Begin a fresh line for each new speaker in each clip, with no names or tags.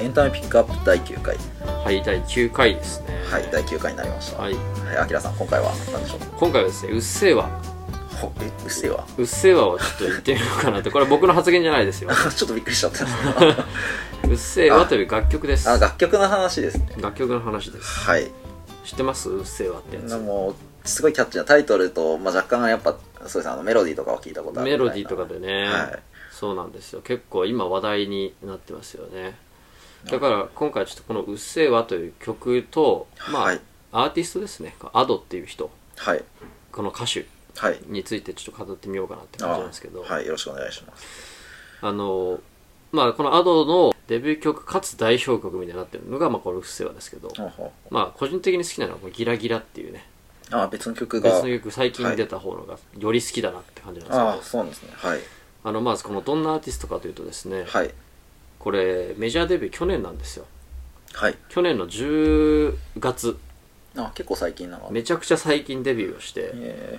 エンタメピックアップ第9回
はい、第9回ですね。
はい第9回になりました
はい
はいあきらさん今回は何でしょう
今回はですね、うっせぇわ。
ほえうっせぇわ
うっせぇわをちょっと言ってみようかなと。これは僕の発言じゃないですよ。
ちょっとびっくりしちゃった
うっせぇわという楽曲です。
あ楽曲の話ですね
楽曲の話です。
はい
知ってますうっせぇわってやつ。
もうすごいキャッチーなタイトルと、まあ、若干やっぱそうですねあのメロディーとかは聞いたことある
メロディーと
か
かでね、
はい
そうなんですよ。結構今話題になってますよね。だから今回はちょっとこの「うっせぇわ」という曲と、まあ、
はい
アーティストですね。アドっていう人、
はい
この歌手
はい
についてちょっと語ってみようかなって感じなんですけど。
はいよろしくお願いします
あのまあこの Ado のデビュー曲かつ代表曲みたいになってるのが、まあ、この「うっせぇわ」ですけど、
ほうほう
まあ個人的に好きなのはこの「ギラギラ」っていうね
あ別の曲が
別の曲最近出た方のがより好きだなって感じなんですけど、
ああそうなんですねはい
あのまずこのどんなアーティストかというとですね、
はい
これメジャーデビュー去年なんですよ
はい
去年の10月
あ結構最近なの
めちゃくちゃ最近デビューをして
え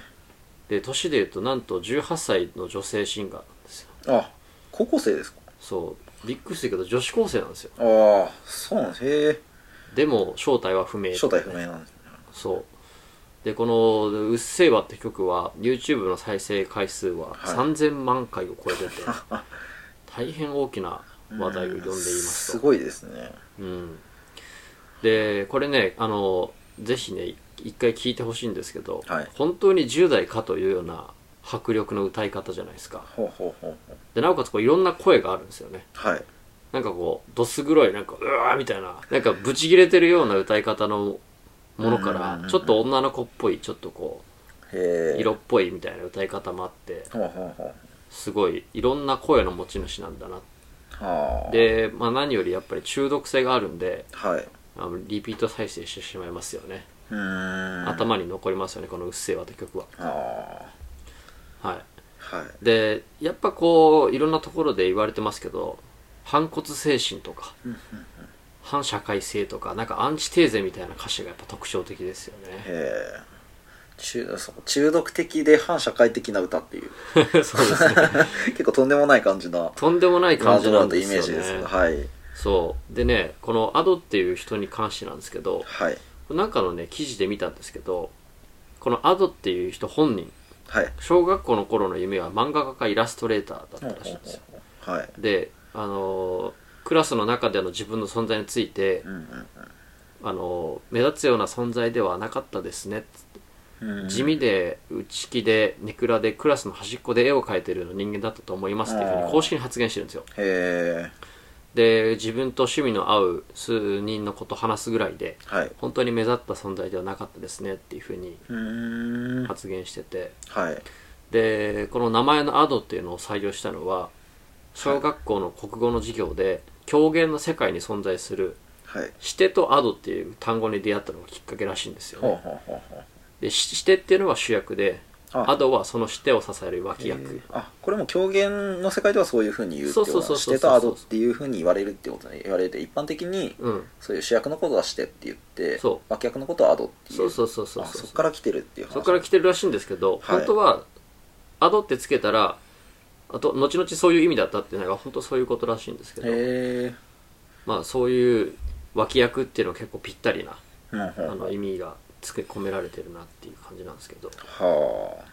で年でいうとなんと18歳の女性シンガーなんですよ
ー、あ高校生ですか
そうびっくりするけど女子高生なんですよ
ああそうなんですへえ
でも正体は不明
正体不明なんですね
そうでこの「うっせぇわ」って曲は YouTube の再生回数は3000万回を 超えてて、大変大きな話題を呼んでいま
うん
す
す
と
ごいですね
うん、でこれねあのぜひね一回聞いてほしいんですけど、
はい
本当に10代かというような迫力の歌い方じゃないですか
ほうほうほうほう
でなおかつこういろんな声があるんですよね
はい
なんかこうどす黒いなんかうわーみたいななんかブチ切れてるような歌い方のものか
うんうんうんう
ら
ん
ちょっと女の子っぽいちょっとこう
へえ
色っぽいみたいな歌い方もあって
ほうほうほう
すごいいろんな声の持ち主なんだな
はあ
で、まあ、何よりやっぱり中毒性があるんで
はい
あのリピート再生してしまいますよね、
うーん
頭に残りますよねこの「うっせぇわ」って曲は
あ
は
あはい
いでやっぱこういろんなところで言われてますけど反骨精神とか反社会性とかなんかアンチテーゼみたいな歌詞がやっぱ特徴的ですよね
へえ中そう中毒的で反社会的な歌っていう
そうです ね
結構とんでもない感じな
とんでもない
ワ
感
ー
じ
ド
な
ラ
ん
ンド
で
イメー
す
ジ
よ
ですね
ね
はい
そうでねこのアドっていう人に関してなんですけど
はい
なんかのね記事で見たんですけどこのアドっていう人本人
はい
小学校の頃の夢は漫画家かイラストレーターだったらしいんですよ
はい
であのークラスの中での自分の存在について
う、んうん
あのー目立つような存在ではなかったですねっつって
うん
地味で内気でネクラでクラスの端っこで絵を描いてるような人間だったと思いますっていうふう
あ
に
ー
公式に発言してるんですよ
へえ
で自分と趣味の合う数人のこと話すぐらいで
はい
本当に目立った存在ではなかったですねっていうふうに
うーんは
発言してて
い
でこの名前のアドっていうのを採用したのは小学校の国語の授業で狂言の世界に存在する
はい
「して」と「アド」っていう単語に出会ったのがきっかけらしいんですよ
ほう
ね
ほうほうほう
で「しして」っていうのは主役で「
あ
アド」はその「して」を支える脇
えー
役
あこれも狂言の世界ではそういうふうに言うってこと
そうそうそうそう
してたアドっていうふうに言われるってことね言われて一般的に
うん
そういう主役のことはしてって言って
そ
脇役のことはアドっていう
そうそうそうそう
あ
そ
そうっから来てるっていう話
そこから来てるらしいんですけど、
はい
本当は「アド」ってつけたらあと後々そういう意味だったっていうのが本当そういうことらしいんですけど、
へえ
まあそういう脇役っていうのは結構ぴったりな
うん
あ
うん
の意味が付け込められてるなっていう感じなんですけど
は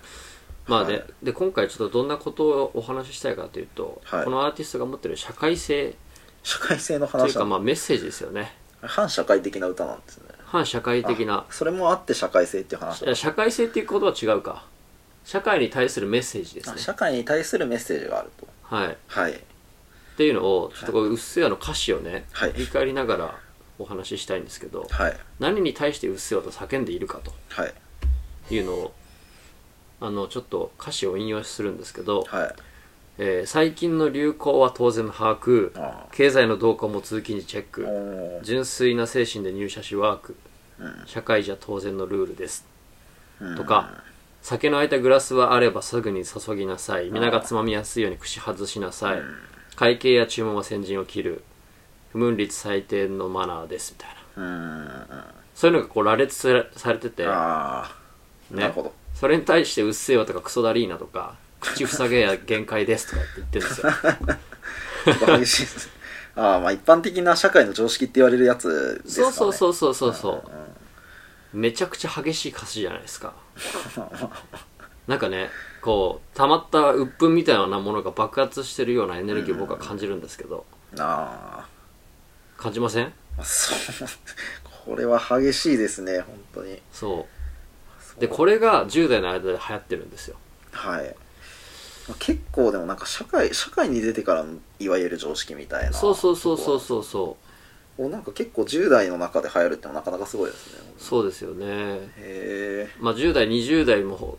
まあで,、
はい
で今回ちょっとどんなことをお話ししたいかというと、
はい
このアーティストが持ってる社会性
あ社会性の
とい
話
うか
な
まあメッセージですよね
反社会的な歌なんですね
反社会的な
あそれもあって社会性っていう話
いや社会性っていうことは違うか社会に対するメッセージです
あ
ね
社会に対するメッセージがあると
はいっ
はい
ていうのをちょっとこううっせぇわの歌詞をね、
はい
振り返りながらお話ししたいんですけど
はい
何に対してうっせぇわと叫んでいるか
はい
というのをあのちょっと歌詞を引用するんですけど、
はい
えー最近の流行は当然の把握
あ
経済の動向も通勤時チェッ
お
ク
ー
純粋な精神で入社しワーク
うん
社会じゃ当然のルールです
うん
とか酒の空いたグラスはあればすぐに注ぎなさい皆がつまみやすいように串外しなさい会計や注文は先陣を切る不分率最低のマナーですみたいな
うーん
そういうのがこう羅列されされてて、
ああ、なるほど。
それに対して「うっせぇわ」とか「クソだりーな」とか「口塞げや限界です」とかって言ってるんですよ
ちょっと激しいです。 ああまあ一般的な社会の常識って言われるやつですか、
そう
ね、
そうそううそうそうそうめちゃくちゃ激しい歌詞じゃないですか なんかねこう溜まった鬱憤みたいなものが爆発してるようなエネルギーを僕は感じるんですけど
あ
感じません
あそう これは激しいですね本当に
そうでこれが10代の間で流行ってるんですよ
はいまあ結構でもなんか社会社会に出てからのいわゆる常識みたいな
そうそうそうそうそうそう
うなんか結構10代の中で流行るってもなかなかすごいですね
そうですよね
へ
まあ10代20代も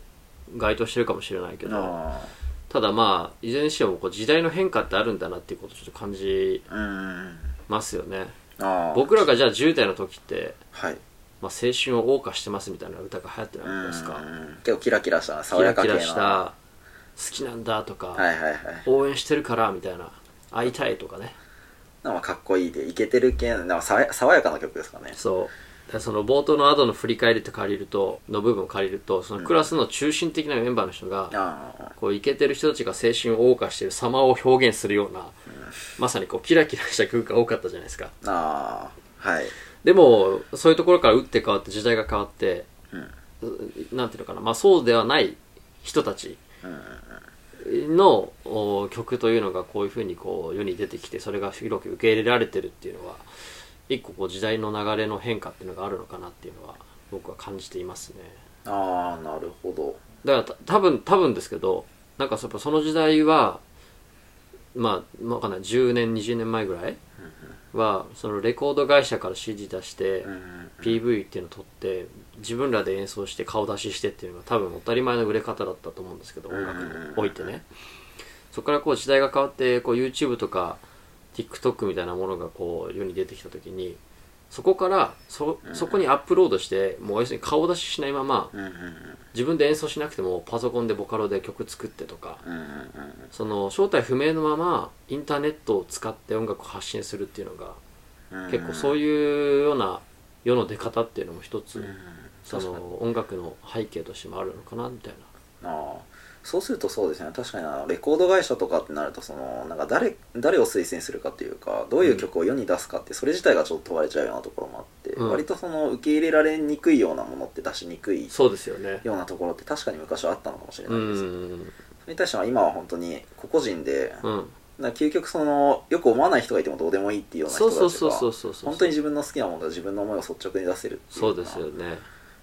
該当してるかもしれないけ
え
ど
あ
ただまあいずれにしてもこう時代の変化ってあるんだなっていうことをちょっと感じ
あうん
ますよね
ああ
僕らがじゃあ10代の時って、
はい
まあ、青春を謳歌してますみたいな歌が流行ってなかったですか
うん結構キラキラした
キ
爽や
ラ
か
キ
系な
ラした好きなんだとか、
はいはいはい
応援してるからみたいな会いたいとかね
なんかかっこいいでイケてる系なんか爽や爽やかな曲ですかね
そうだからその冒頭の後の振り返りと借りるとの部分を借りるとそのクラスの中心的なメンバーの人が、
ああ
こうイケてる人たちが青春を謳歌してる様を表現するような、まさにこうキラキラした曲が多かったじゃないですか
ああはい
でもそういうところから打って変わって時代が変わって、うなんていうのかな、まあ、そうではない人たちの、お曲というのがこういうふうにこう世に出てきてそれが広く受け入れられてるっていうのは一個こう時代の流れの変化っていうのがあるのかなっていうのは僕は感じていますね
ああなるほど
だからた多分多分ですけどなんかそやっぱその時代はまあまあわかんない10年20年前ぐらいはそのレコード会社から CD 出して、
うん、
PV っていうのを撮って自分らで演奏して顔出ししてっていうのが多分当たり前の売れ方だったと思うんですけど音楽においてねそこからこう時代が変わってこう YouTube とか TikTok みたいなものがこう世に出てきた時にそこからそそこにアップロードしてもう要するに顔出ししないまま
うんうんうん
自分で演奏しなくてもパソコンでボカロで曲作ってとか
うんうん
その正体不明のままインターネットを使って音楽を発信するっていうのが
うん
結構そういうような世の出方っていうのも一つ、そ
確
の音楽の背景としてもあるのかなみたい
ああそうするとそうですね確かにあのレコード会社とかってなるとそのなんか誰誰を推薦するかというかどういう曲を世に出すかってそれ自体がちょっと問われちゃうようなところもあって、
うん
割とその受け入れられにくいようなものって出しにくい
なそうですよね
ようなところって確かに昔はあったのかもしれ
う
ないです、
ん
それに対しては今は本当に個々人で、
うん
なんか究極そのよく思わない人がいてもどうでもいいっていうような人
そ
た
う
ち
そ
が
うそうそうそうそう
本当に自分の好きなものと自分の思いを率直に出せるっていう
そ
よ
う
うな
ですよね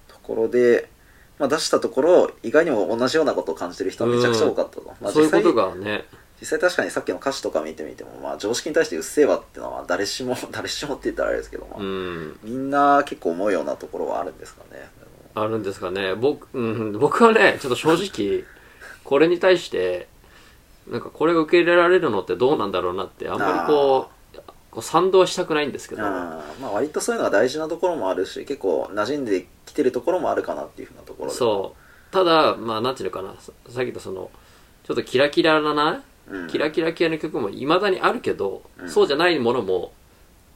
ところで、まあ、出したところ意外にも同じようなことを感じてる人はめちゃくちゃ多かったと、まあ、
そ
実
ういうこ
際
とがね
実際確かにさっきの歌詞とか見てみても、まあ、常識に対して「うっせえわ」っていうのは誰しも 誰しもって言ったらあれですけど、まあ
うん
みんな結構思うようなところはあるんですかね
あるんですかね僕,、うん、僕はねちょっと正直 これに対してなんかこれが受け入れられるのってどうなんだろうなってあんまりこうこう賛同はしたくないんですけど
あまあ割とそういうのが大事なところもあるし結構馴染んできてるところもあるかなっていうふうなところで
そうただまあなんていうのかなささっき言ったそのちょっとキラキラなな、
うん
キラキラ系の曲もいまだにあるけど、
うん
そうじゃないものも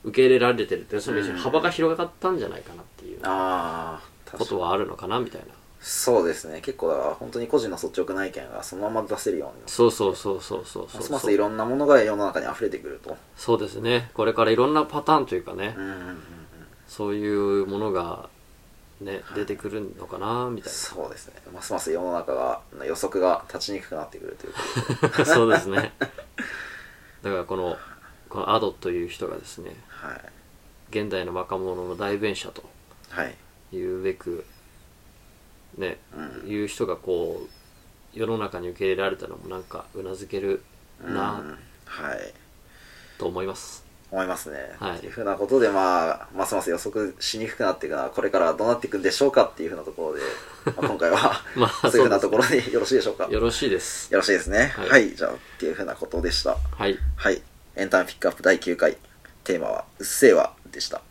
受け入れられてるってその
うん
幅が広がったんじゃないかなっていう
ああ
こ
確か
と
に
はあるのかなみたいな
そうですね結構だから本当に個人の率直な意見がそのまま出せるように
そうそうそうそうそう
ま
そう
すますいろんなものが世の中に溢れてくると
そうですねこれからいろんなパターンというかね、
うんうんうん
そういうものがね出てくるのかな みたい
そうですねますます世の中が予測が立ちにくくなってくるというか
なそうですねだからこのこのアドという人がですね
はい
現代の若者の代弁者と
はい
いうべくね、
う
いう人がこう世の中に受け入れられたのもなんかうなずけるな
うん
あ
はい
と思います、
思いますね、
はい
っていうふうなことで、まあ、ますます予測しにくくなっていくのはこれからどうなっていくんでしょうかっていうふうなと ころで、まあ今回は
まあ
そういうふうな
そ
と
うで
ころでよろしいでしょうかよ
よろしいです
ろしいですね
はい
はい、じゃあっていうふうなことでした
はい
はいエンタメピックアップ第9回テーマは「うっせぇわ」でした